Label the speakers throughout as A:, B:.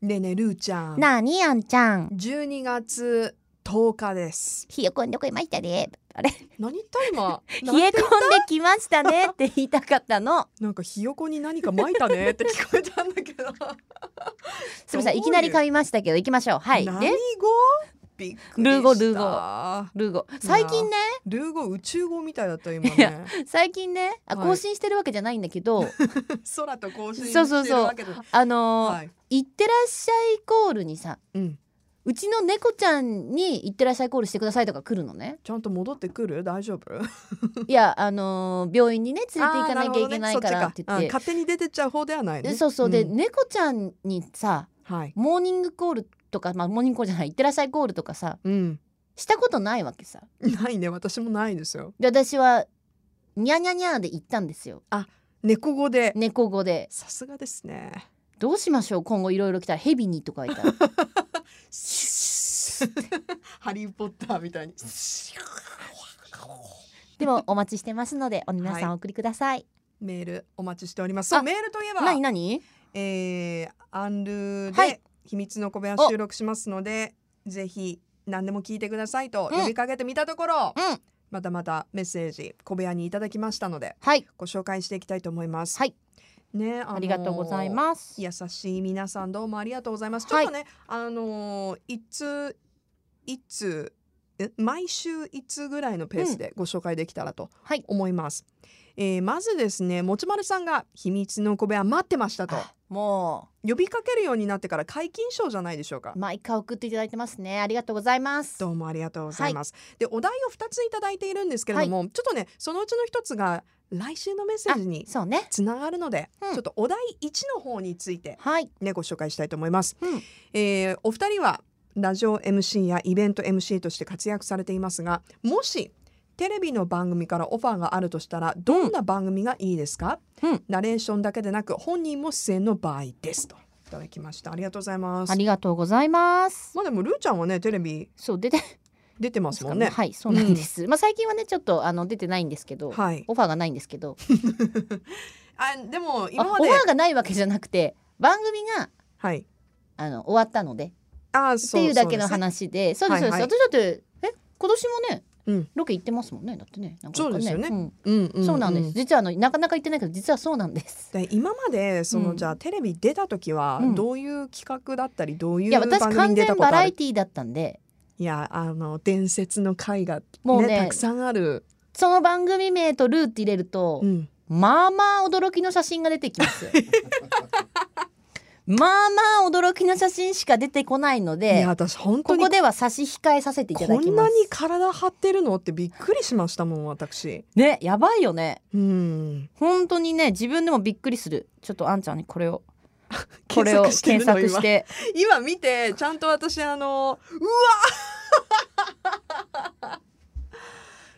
A: ねえねえルーちゃん
B: なあにあんちゃん
A: 12月10日です
B: 冷え込んでこいましたねあれ冷
A: 何言った 今
B: え
A: なん
B: 込ん
A: て
B: できましたねって言いたかったの
A: なんかひよこに何か撒いたねって聞こえたんだけ ど
B: す
A: どう
B: みませ
A: いう
B: んいきなり噛みましたけど行きましょうはい
A: 何語
B: で
A: びっくりした
B: ルー語ルー
A: 語
B: ルーゴ最近ね
A: ルー語宇宙語みたいだった今
B: い
A: ね
B: や最近ねあ
A: はい
B: 更新してるわけじゃないんだけ ど、
A: 空と交信
B: そうそう
A: してる
B: そう
A: わけで
B: あのー
A: はい
B: 行ってらっしゃいコールにさ
A: うん
B: うちの猫ちゃんに行ってらっしゃいコールしてくださいとか来るの ね
A: ちゃんと戻ってくる大丈夫
B: いやあのー病院にね連れて行かなきゃいけないから
A: あ
B: って
A: ー
B: 言
A: なるほどねそっちかう
B: っ
A: ん
B: て
A: 勝手に出てっちゃう方ではないね
B: でそうそうで、
A: ん
B: 猫ちゃんにさ
A: はい
B: モーニングコールとか、まあ、モーニングコールじゃない行ってらっしゃいコールとかさ
A: うん
B: したことないわけさ
A: ないね私もないですよ
B: で私はニャニャニャで行ったんですよ
A: 猫語で
B: 猫語で
A: さすがですね
B: どうしましょう今後いろいろ来たらヘビにとかい たら
A: ハリー・ポッターみたいに
B: でもお待ちしてますのでお皆さん
A: はい
B: お送りください、
A: メールお待ちしておりますそう
B: あ
A: メールといえば
B: なになに
A: えーアンルー
B: は
A: で
B: い
A: 秘密の小部屋収録しますので、ぜひ何でも聞いてくださいと呼びかけてみたところ、
B: うん
A: またまたメッセージ小部屋にいただきましたので
B: はい
A: ご紹介していきたいと思います
B: はい
A: ね、あのー
B: ありがとうございます
A: 優しい皆さんどうもありがとうございます。ちょ
B: は
A: っ
B: い
A: とね、あのーいついつえ毎週いつぐらいのペースでご紹介できたらと
B: はい
A: 思います。えーまずですね、もちまるさんが秘密の小部屋待ってましたと
B: も
A: 呼びかけるようになってから解禁賞じゃないでしょうか
B: う。毎回送っていただいてますねありがとうございます
A: どうもありがとうございます。で、お題を二ついただいているんですけれども、ちょっとね、そのうちの一つが来週のメッセージに
B: そうね
A: つながるので、
B: うん
A: ちょっとお題一の方について
B: はい
A: ね、ご紹介したいと思います、
B: うん
A: えーお二人はラジオ MC やイベント MC として活躍されていますがもしテレビの番組からオファーがあるとしたらどんな番組がいいですか、
B: うん
A: ナレーションだけでなく本人も出演の場合ですといただきましたありがとうございます
B: ありがとうございます
A: まあでもルーちゃんはねテレビ
B: そう出て
A: 出てますもんね
B: はいそうなんです、まあ最近はねちょっとあの出てないんですけど、
A: はい
B: オファーがないんですけど
A: あでも
B: あ
A: 今
B: オ
A: ま
B: フ
A: で
B: ァーがないわけじゃなくて番組が
A: はい
B: あの終わったので
A: あ
B: っ
A: そ
B: ていうだけの
A: そうですね
B: 話でそうです
A: は
B: そうです、
A: いはい
B: 私だってえ今年もね、
A: うん
B: ロケ行ってますもんねだってねなんか
A: そうですよね
B: ん
A: うんう
B: そうなんです、実はあのなかなか行ってないけど実はそうなんです
A: で今までその、
B: うん
A: じゃあテレビ出た時は
B: うん
A: どういう企画だったり、どうい
B: いうや
A: 番
B: 私
A: 組に
B: 完
A: 出
B: 全
A: たこと
B: バラ
A: あ
B: エ
A: る
B: ティーだったんで
A: いやあの伝説の回が、ね
B: もうね
A: たくさんある、
B: その番組名とルーって入れると、
A: うん、
B: まあまあ驚きの写真が出てきます よまあまあ驚きの写真しか出てこないの
A: い
B: で
A: や私本当
B: こ
A: に
B: こ
A: こ
B: では差し控えさせていただき
A: ん
B: ま
A: な
B: す
A: に体張ってるのってびっくりしましたもん私
B: ねやばいよね
A: うん
B: 本当にね自分でもびっくりするちょっとあんちゃんにこれをこれを検
A: るの
B: 索して
A: 今今見てちゃんと私あのうわ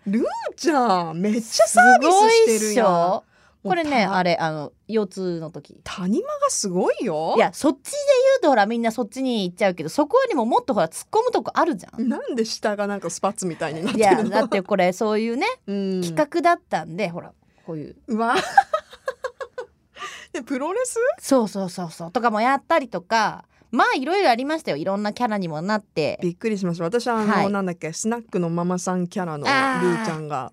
A: ルーちゃんめっちゃサービスしてるやん
B: すごいっしょ
A: もう
B: これね
A: た
B: あれあの腰痛の時
A: 谷間がすごいよ
B: いやそっちで言うとほらみんなそっちに行っちゃうけどそこよりももっとほら突っ込むとこある じゃん
A: なんで下がなんかスパッツみたいになっ
B: い
A: て
B: や
A: る
B: だ
A: の
B: っ。てこれそういうね
A: うん
B: 企画だったんでほらこういう
A: うわ。 でプロレス？
B: そうそうそうそうとかもやったりとかまあいろいろありましたよいろんなキャラにもなって
A: びっくりしました。私はあの、
B: はい
A: なんだっけスナックのママさんキャラのル
B: あー
A: ーちゃんが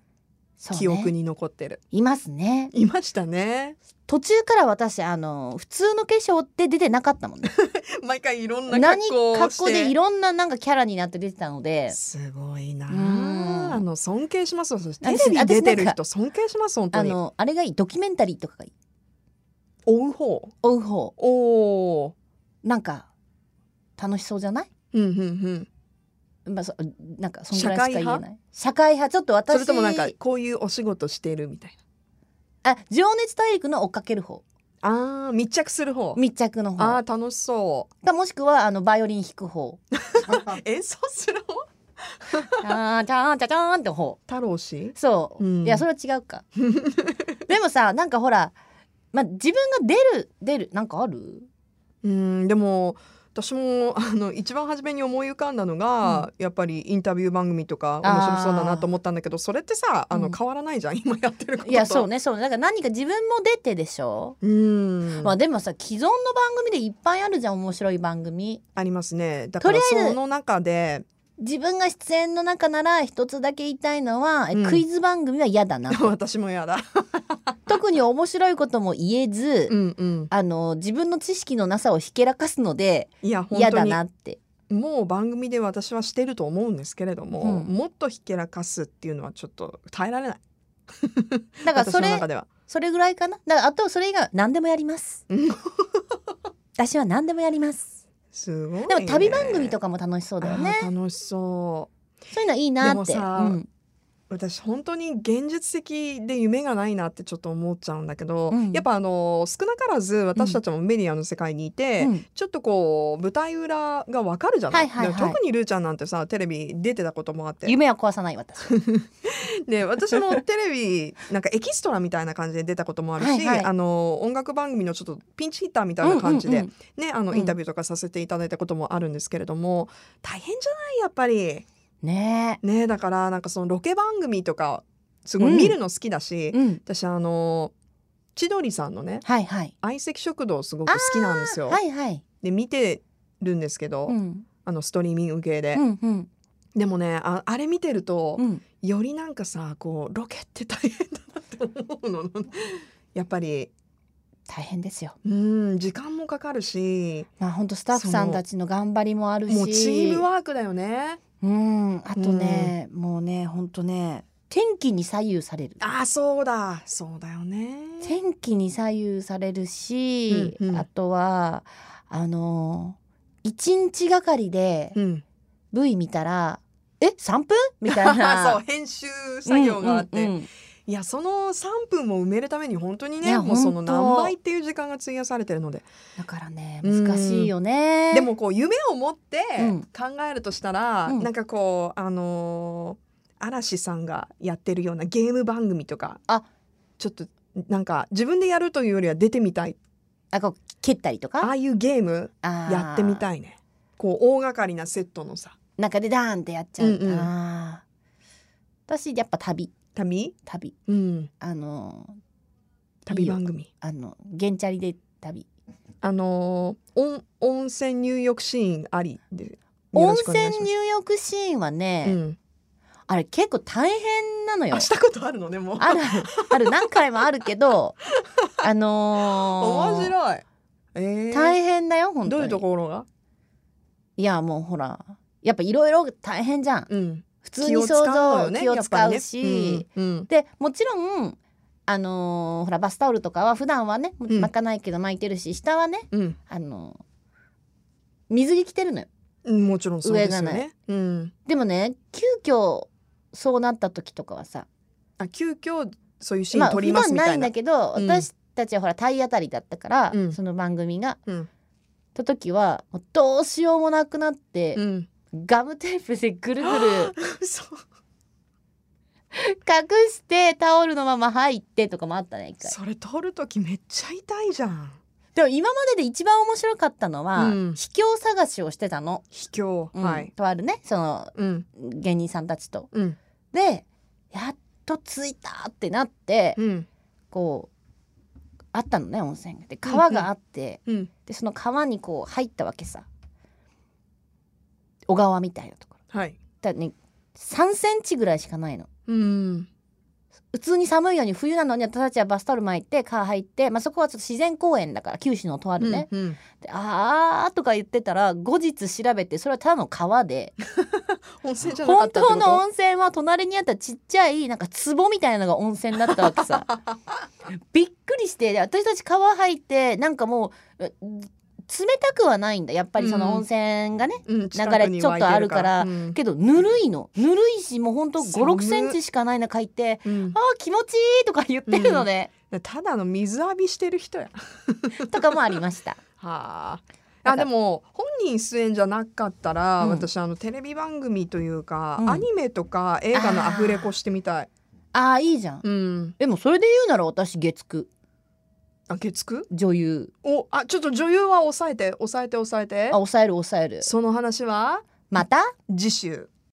B: そうね
A: 記憶に残ってる。
B: いますね
A: いましたね。
B: 途中から私あの普通の化粧って出てなかったもんね
A: 毎回いろ んな
B: 何
A: 格好を
B: 格
A: して。
B: 好でいろんななんかキャラになって出てたのです
A: ごいな
B: うん
A: あ。あの尊敬します。私テレ
B: 私
A: ビ出てる
B: 私なん
A: 人尊敬します本当
B: あ
A: に。
B: のあれがいいドキュメンタリーとかがいい
A: 追う方。
B: 追う方
A: おお。
B: なんか楽しそうじゃない、
A: うんうんうん。
B: まあ、そなんかそんぐらいしか言え
A: 社会
B: ない社会派ちょっと私
A: それともなんかこういうお仕事してるみたい
B: あ情熱大陸の追っかける方
A: な。ああ密着する方。
B: 密着の
A: あ
B: 方
A: あ楽しそう。
B: かもしくはあのバイオリン弾く方
A: 演奏する方
B: チャーンチャーンチャチャーンって方
A: 太郎氏
B: そう、
A: うん
B: いやそれは違うかでもさなんかほら、まあ、自分が出る出るなんかある
A: うんでも私もあの一番初めに思い浮かんだのが、やっぱりインタビュー番組とか面白そうだなと思ったんだけどそれってさあの、
B: うん
A: 変わらないじゃん今やってることと
B: いやそうねそうねだから何か自分も出てでしょ、
A: うん、
B: まあでもさ既存の番組でいっぱいあるじゃん面白い番組
A: ありますねだから
B: とりあえず
A: その中で
B: 自分が出演の中なら一つだけ言いたいのは、え
A: うん
B: クイズ番組は嫌 だな
A: 私もやだ
B: 特に面白いことも言えず、
A: うんうん
B: あの自分の知識のなさをひけらかすので
A: いや本
B: 嫌
A: 当
B: だ
A: に
B: なって
A: もう番組で私はしてると思うんですけれども、
B: うん
A: もっとひけらかすっていうのはちょっと耐えられない
B: だから
A: 私
B: そ
A: の
B: れ
A: 中では
B: それぐらいかなだからあとそれ以外は何でもやります 私は何でもやります
A: すごい、ね、
B: でも旅番組と
A: か
B: かも楽しそうだよね
A: 楽しそう
B: そういうのいいな
A: で
B: っ
A: も
B: て、う
A: さ
B: ん
A: 私本当に現実的で夢がないなってちょっと思っちゃうんだけど、
B: うん
A: やっぱあの少なからず私たちもメディアの世界にいて、
B: うん
A: ちょっとこう舞台裏がわかるじゃない,
B: はい
A: で、
B: はいはい
A: 特にルーちゃんなんてさテレビ出てたこともあって
B: 夢は壊さない私
A: で私もテレビなんかエキストラみたいな感じで出たこともあるし
B: はいはい
A: あの音楽番組のちょっとピンチヒッターみたいな感じで、
B: うんうん
A: ね、あの
B: うん
A: インタビューとかさせていただいたこともあるんですけれども、大変じゃないやっぱり。
B: うんね
A: ねだからなんかそのロケ番組とかすごい
B: うん
A: 見るの好きだし、
B: え、うん、
A: 私あの千鳥さんのね
B: はいはい
A: 相席食堂すごく好きなんですよ。
B: はいはい、
A: で見てるんですけど、
B: うん、
A: あのストリーミング系で、
B: うんうん
A: でもねああれ見てると、
B: うん
A: よりなんかさこうロケって大変だなって思うの やっぱり
B: 大変ですよ
A: うん時間もかかるし
B: まあ本当スタッフさんたちの頑張りもあるし
A: もうチームワークだよね
B: うんあとね、もうね本当ね天気に左右される
A: あーそうだそうだよね
B: 天気に左右されるし、
A: うんうん
B: あとはあの一日がかりで
A: うん
B: V 見たら、え三分みたいな
A: そう編集作業があって、
B: うんうんうん
A: いやその3分も埋めるために本当に
B: い
A: ね
B: や
A: もうその
B: 本当
A: 何倍っていう時間が費やされてるので
B: だからね難しいよね。
A: でもこう夢を持って
B: うん
A: 考えるとしたら、
B: うん
A: なんかこうあのー嵐さんがやってるようなゲーム番組とか
B: あ
A: ちょっとなんか自分でやるというよりは出てみたい
B: あこう蹴ったりと
A: あ
B: か
A: あいうゲームやってみ
B: い
A: たいねこう大掛かりなセットのさ
B: なんかでダーンってやっちゃうな、
A: うんうん
B: 私やっぱ旅
A: 旅
B: 旅
A: うん
B: あのい
A: 旅
B: いよ
A: 番組
B: あの現チャリで旅
A: あのー温温泉入浴シーンありでよ
B: 温
A: ろしくお
B: 泉
A: 願いします
B: 入浴シーンはね、
A: うん
B: あれ結構大変なのよ
A: あしたことあるのねもう
B: あるあるある何回もあるけ どあのー
A: 面白い。えー
B: 大変だよ本
A: ど
B: 当に
A: ういうところが？
B: いやもうほらやっぱいろいろ大変じゃん
A: うん。
B: 普通に想
A: の
B: 像気を使うし、
A: やっぱりねうんうん
B: でもちろんあのーほらバスタオルとかは普段はね
A: ん
B: 巻かないけど巻いてるし、下はね
A: うん
B: あのー水着着てるのよ
A: うんもちろんそうですよ
B: 上がな
A: ね。うん。
B: でもね急遽そうなった時とかはさ
A: あ急遽そういうシー
B: ま
A: ン
B: あ
A: 撮り
B: 普
A: ます
B: 段
A: みた
B: ないいん
A: な。
B: だけど、
A: うん
B: 私たちはほら体当たりだったから、
A: うん
B: その番組が、
A: うん
B: た時はもうどうしようもなくなって、
A: うん。
B: ガムテープでぐるぐる
A: そう
B: 隠してタオルのまま入ってとかもあったね一回
A: それ撮るときめっちゃ痛いじゃん。
B: でも今までで一番面白かったのは、
A: うん
B: 秘境探しをしてたの、
A: 卑怯。
B: うん
A: はい。
B: とあるねその
A: うん
B: 芸人さんたちと。
A: うん
B: でやっと着いたってなって、
A: うん
B: こうあったのね温泉が。で川があって、
A: うん。
B: でその川にこう入ったわけさ小川みたいなところ
A: はい。
B: だからね3センチぐらいしかないの
A: うん
B: 普通に寒いのに冬なのに私たちはバスタオル巻いて川入って、まあ、そこはちょっと自然公園だから九州のとあ
A: う
B: る
A: ん
B: ね、
A: うん。
B: であーとか言ってたら後日調べてそれはただの川で
A: 温泉じゃなか
B: 本
A: ったってこ
B: 当
A: と。
B: の温泉は隣にあったちっちゃいなんか壺みたいなのが温泉だったわ けさびっくりしてで私たち川入ってなんかもうう冷たくはないんだやっぱりその温泉がね、
A: うん近く
B: 流れ
A: に
B: ちょっとあるから
A: 湧いてる
B: けどぬるいのぬるいしもうほんと
A: 寒
B: 56センチしかない中いて
A: うんうん
B: 「あー気持ちいい」とか言ってるのね、
A: ただの水浴びしてる人や。
B: とかもあり ました。
A: はあ。
B: な
A: あ
B: ん
A: で
B: か
A: も本人出演じゃなかったら、
B: うん
A: 私あのテレビ番組というか、
B: うん
A: アニメとか映画のアフレコしてみたい。
B: あーいいじゃん、
A: うん。
B: でもそれで言うなら私月9
A: あ月9
B: 女優
A: おあちょっと女優は抑えて抑えて抑えて
B: あ抑える抑える
A: その話は
B: また
A: 次週